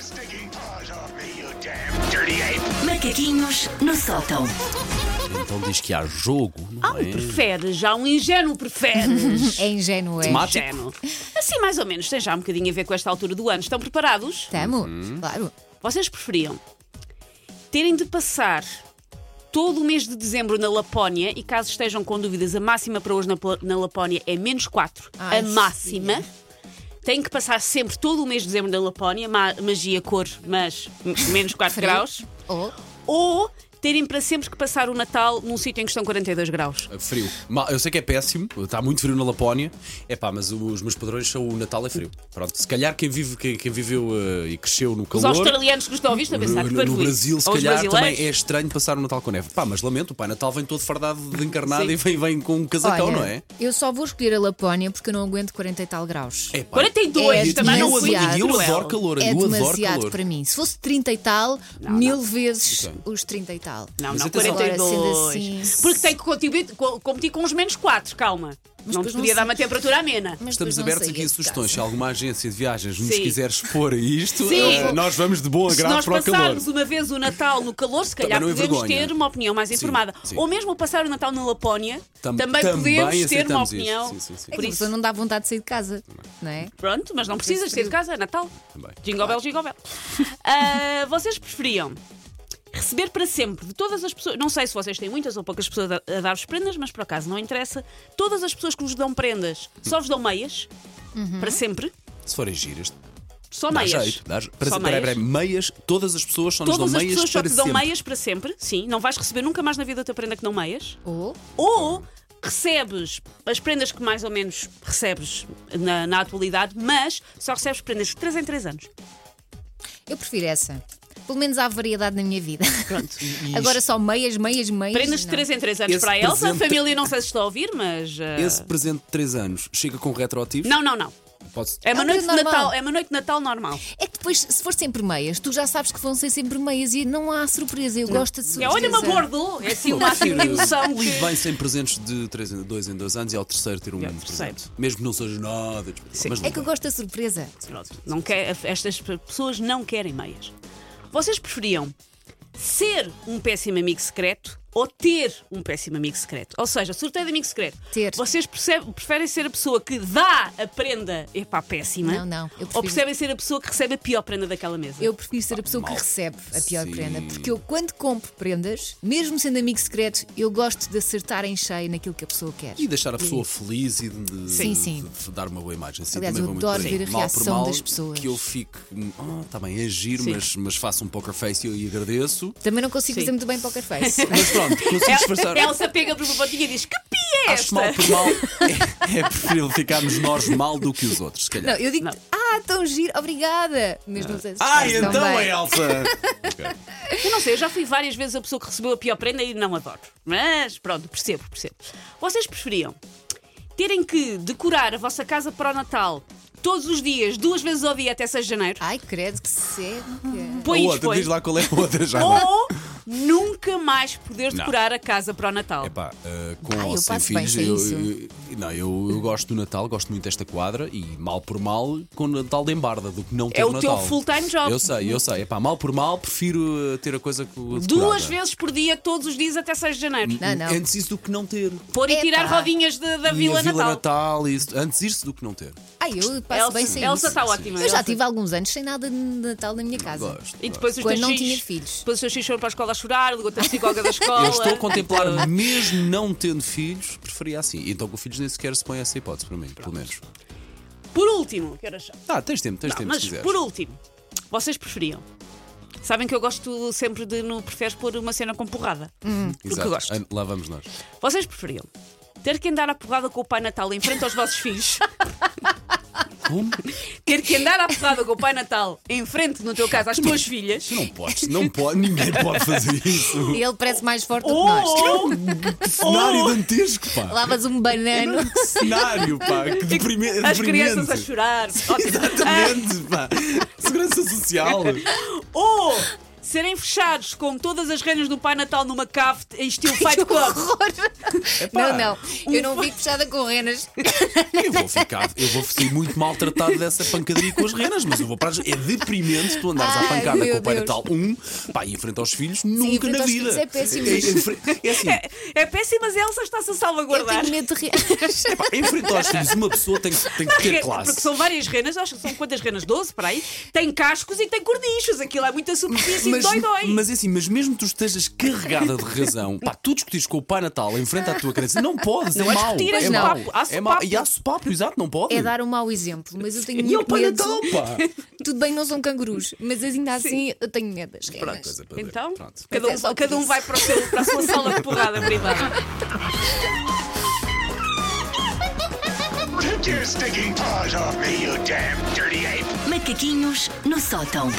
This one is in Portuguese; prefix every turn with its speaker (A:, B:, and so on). A: stinking paws off me, you damn dirty ape!
B: Macaquinhos no sótão.
C: Então diz que há jogo,
D: um
C: não é?
D: Preferes, Ah, já um ingênuo
C: Uhum.
D: preferes.
E: É ingênuo, é?
C: Temático.
D: ingênuo. Assim, mais ou menos, tem já um bocadinho a ver com esta altura do ano. Estão preparados?
E: Estamos,
C: Uhum.
E: claro.
D: Vocês preferiam terem de passar todo o mês de dezembro na Lapónia e caso estejam com dúvidas, a máxima para hoje na, Pla- na Lapónia é menos 4,
E: Ai,
D: a máxima. Têm que passar sempre todo o mês de dezembro na Lapónia, ma- magia, cor, mas m- menos 4
E: Frio. Oh,
D: graus.
E: Ou
D: Ou terem para sempre que passar o Natal num sítio em que estão 42 graus.
C: Frio. Ma- Eu sei que é péssimo, está muito frio na Lapónia. É pá, mas os meus padrões são o Natal é frio. Pronto, se calhar quem, vive, quem, quem viveu eh, e cresceu no
D: Os
C: calor.
D: australianos que nos estão a ouvir estão a pensar
C: no,
D: que
C: no
D: parvoíce.
C: Brasil, se
D: Ou os
C: calhar, também
D: brasileiros.
C: é estranho passar o Natal com neve. Pá, mas lamento, o Pai Natal vem todo fardado de encarnado
D: Sim.
C: e vem, vem com um casacão,
E: Olha,
C: não é?
E: Eu só vou escolher a Lapónia porque eu não aguento 40 e tal graus.
C: É pá.
D: 42
E: É
D: também
C: eu,
D: não
C: adoro-
D: fui
C: eu
E: demasiado
D: cruel.
C: adoro calor,
E: É
C: eu adoro
E: demasiado
C: calor.
E: para mim. Se fosse 30 e tal, mil vezes
C: Ok.
E: os 30 e tal.
D: Não,
C: Mas
D: não,
C: atenção.
D: 42.
E: Agora, sendo assim-
D: Porque tem que competir, co- competir com os menos 4, calma. não te
E: depois não
D: podia dar
E: sei.
D: uma temperatura amena.
E: Mas depois
C: Estamos
E: não
C: abertos
E: saía
C: aqui a
E: de
C: sugestões. Se
E: casa. É
C: alguma agência de viagens nos
D: Sim.
C: quiser expor a isto,
D: Sim.
C: eh, nós vamos de bom
D: Se
C: agrado
D: nós
C: para o calor.
D: passarmos uma vez o Natal no calor, se calhar
C: não é
D: podemos
C: vergonha.
D: ter uma opinião mais informada.
C: sim.
D: Ou mesmo passar o Natal na Lapónia,
C: Tam-
D: também,
C: também
D: podemos ter uma
C: aceitamos isto.
D: opinião.
C: Sim, sim, sim.
E: É
D: Por
E: que a
D: isso,
E: pessoa não dá vontade de sair de casa, não é?
D: Pronto, mas não precisas ter de casa, é Natal.
C: Também.
D: Jingle bell, jingle bell. Ah, vocês preferiam receber para sempre de todas as pessoas, não sei se vocês têm muitas ou poucas pessoas a a dar-vos prendas, mas por acaso não interessa, todas as pessoas que vos dão prendas só vos dão meias, para sempre,
C: Se forem giras,
D: só
C: dá
D: meias.
C: jeito. Dá, para
D: Só
C: peraí,
D: meias.
C: peraí, é meias, todas as pessoas só nos
D: Todas
C: dão
D: as
C: meias
D: pessoas só
C: para
D: te dão
C: sempre.
D: meias para sempre, sim, não vais receber nunca mais na vida outra prenda que não meias.
E: Ou
D: Ou recebes as prendas que mais ou menos recebes na, na atualidade, mas só recebes prendas de 3 em 3 anos.
E: eu prefiro essa. Pelo menos há variedade na minha vida.
D: Pronto.
E: Agora só meias, meias, meias.
D: Prendas de
E: não.
D: 3 em 3 anos
C: Esse
D: para a Elsa.
C: presente-
D: A família não sei se está a ouvir, mas. uh,
C: Esse presente de 3 anos chega com retroativos?
D: Não, não, não.
C: Pode-se-
D: É uma,
E: É um
D: noite de
E: presente normal.
D: Natal, é uma noite de Natal normal.
E: É que depois, se for sempre meias, tu já sabes que vão ser sempre meias e não há surpresa. Eu gosto de
D: É,
E: surpresa.
D: olha, uma bordo! É assim o
C: Eu
D: máximo de
C: prefiro-
D: emoção.
C: Lido
D: que-
C: bem sem presentes de 2 em 2 anos e ao terceiro ter um
D: E ao É, terceiro.
C: presente. Mesmo que não seja nada. de especial, Mas
E: É que eu
C: lido bem.
E: gosto da surpresa.
D: Não quer, estas pessoas não querem meias. Vocês preferiam ser um péssimo amigo secreto ou ter um péssimo amigo secreto? Ou seja, sorteio de amigo secreto.
E: Ter.
D: Vocês percebe- preferem ser a pessoa que dá a prenda epá, péssima?
E: Não, não, eu prefiro-
D: Ou preferem ser a pessoa que recebe a pior prenda daquela mesa?
E: Eu prefiro ser a pessoa que recebe a pior
C: Sim.
E: prenda, porque eu, quando compro prendas, mesmo sendo amigo secreto, eu gosto de acertar em cheio naquilo que a pessoa quer.
C: E deixar a pessoa feliz e de, de-
E: Sim, sim.
C: de- de dar uma boa imagem. Sim,
E: Aliás,
C: também
E: eu
C: vou muito
E: adoro
C: por aí.
E: ver a
C: Mal por
E: reação
C: mal,
E: das pessoas.
C: Que eu fico, ah, está bem, é giro,
D: Sim.
C: mas, mas faço um poker face e eu- e agradeço.
E: Também não consigo
D: Sim.
E: fazer muito bem poker face.
C: Mas pronto, consigo disfarçar.
D: El- É Elsa pega por uma pontinha e diz: Que pia é
C: Acho mal
D: esta?
C: por mal. É, é preferível ficarmos nós mal do que os outros, se
E: não,
C: calhar.
E: eu digo,
D: Não.
E: ah, tão giro, obrigada. Mas não sei se
C: Ah,
E: faz tão
C: então
E: bem.
C: é Elsa!
D: Eu não sei, eu já fui várias vezes a pessoa que recebeu a pior prenda e não adoro. Mas pronto, percebo, percebo. Vocês preferiam terem que decorar a vossa casa para o Natal todos os dias, duas vezes ao dia até 6 de janeiro?
E: Ai, credo que seca.
C: a
D: Põe isto,
C: outra,
D: põe.
C: Ah, diz lá qual é a outra já. não.
D: Ou nunca mais poder
C: Não.
D: decorar a casa para o Natal.
C: Epá, eh, com
E: Ah,
C: ou
E: eu
C: sem
E: passo bem
C: filhos,
E: sem
C: eu,
E: isso.
C: eu- não, eu, eu gosto do Natal, gosto muito desta quadra e mal por mal com o Natal de embarda do que não ter
D: É o
C: Natal.
D: teu full-time job.
C: Eu sei, eu sei. Epá, mal por mal prefiro eh, ter a coisa com
D: Duas vezes por dia, todos os dias até 6 de janeiro.
E: Não, não.
C: Antes isso do que não ter.
D: Pôr e
E: Epá.
D: tirar rodinhas de- da
C: Hum. E
D: Vila,
C: a Vila
D: Natal.
C: Natal, e isso, antes isso do que não ter.
E: Ai, eu passo
D: Elsa,
E: bem sem
D: Elsa
E: isso.
D: está ótima.
E: Eu já
D: Elsa.
E: tive alguns anos sem nada de Natal na minha casa.
C: Gosto.
D: E depois os
E: Quando
D: teus
E: não
D: filhos-
E: tinha filhos.
D: Depois os teus filhos foram para a escola a chorar, ligou-te a psicóloga da escola.
C: Eu estou a contemplar, mesmo não tendo filhos, preferia assim. Então com filhos nem sequer se põe essa hipótese para mim, pelo menos.
D: Por último, que horas são?
C: Tá, tens tempo, tens
D: Não,
C: tempo
D: mas
C: se quiseres.
D: por último, vocês preferiam? Sabem que eu gosto sempre de no preferes pôr uma cena com porrada.
E: Hum.
D: Porque
C: Exato.
D: eu gosto.
C: Ah, Lá vamos nós.
D: Vocês preferiam ter que andar à porrada com o Pai Natal em frente aos vossos filhos?
C: Como?
D: ter que andar à porrada com o Pai Natal em frente, no teu caso, às tuas filhas?
C: Tu não podes, não pode, ninguém pode fazer isso.
E: Ele parece mais
C: Oh!
E: forte do que nós.
D: Ou,
C: Que é um
D: Oh.
C: cenário dantesco, pá!
E: Lavas um
D: é
E: banano.
C: Que cenário, pá! Que deprime- deprimente!
D: as crianças a chorar. Ótimo.
C: Exatamente, pá! Segurança Social!
D: Ou serem fechados com todas as rendas do Pai Natal numa cave em estilo Fight
E: Que
D: Club.
E: horror!
C: Epá. Um
E: Não, não, eu não fico fechada com renas.
C: Eu vou ficar, eu vou ser muito maltratado dessa pancadaria com as renas, mas eu vou para as... É deprimente tu andares à
E: Ai,
C: pancada
E: meu
C: com o Pai
E: Deus.
C: Natal 1, pá, e enfrentar os filhos nunca
E: enfrentar
C: na
E: os
C: vida.
E: filhos é péssimo.
C: É, é, enfre- é assim,
D: É péssimo, mas a Elsa está-se a
E: Eu
D: salvaguardar.
E: tenho medo de renas.
C: pá, enfrentar os filhos, uma pessoa tem, que- tem que ter
D: Porque
C: classe.
D: são várias renas, acho que são quantas renas? 12 para aí? Tem cascos e tem cornichos, aquilo é muita superfície,
C: Mas,
D: dói, dói.
C: mas é assim, mas mesmo que tu estejas carregada de razão, pá, tu discutires com o Pai Natal em frente à tua criança, não podes, é
D: Não é
C: mau.
D: discutir,
C: É
D: é
C: mau.
D: sopapo, há
C: É mau. E há
D: sopapo.
C: sopapo, exato, não pode.
E: É dar um mau exemplo, mas eu tenho
C: E é o
E: muito
C: Pai
E: medo.
C: Natal, pá.
E: Tudo bem, não são cangurus, mas ainda assim eu tenho medo das renas.
C: Pronto, coisa para ver.
D: Então,
C: Pronto.
D: cada
E: É só
D: um, cada um
E: por
D: vai para, o seu, para a sua sala de porrada privada.
A: Take your stinking paws off me, you damn dirty ape!
B: Macaquinhos no sótão.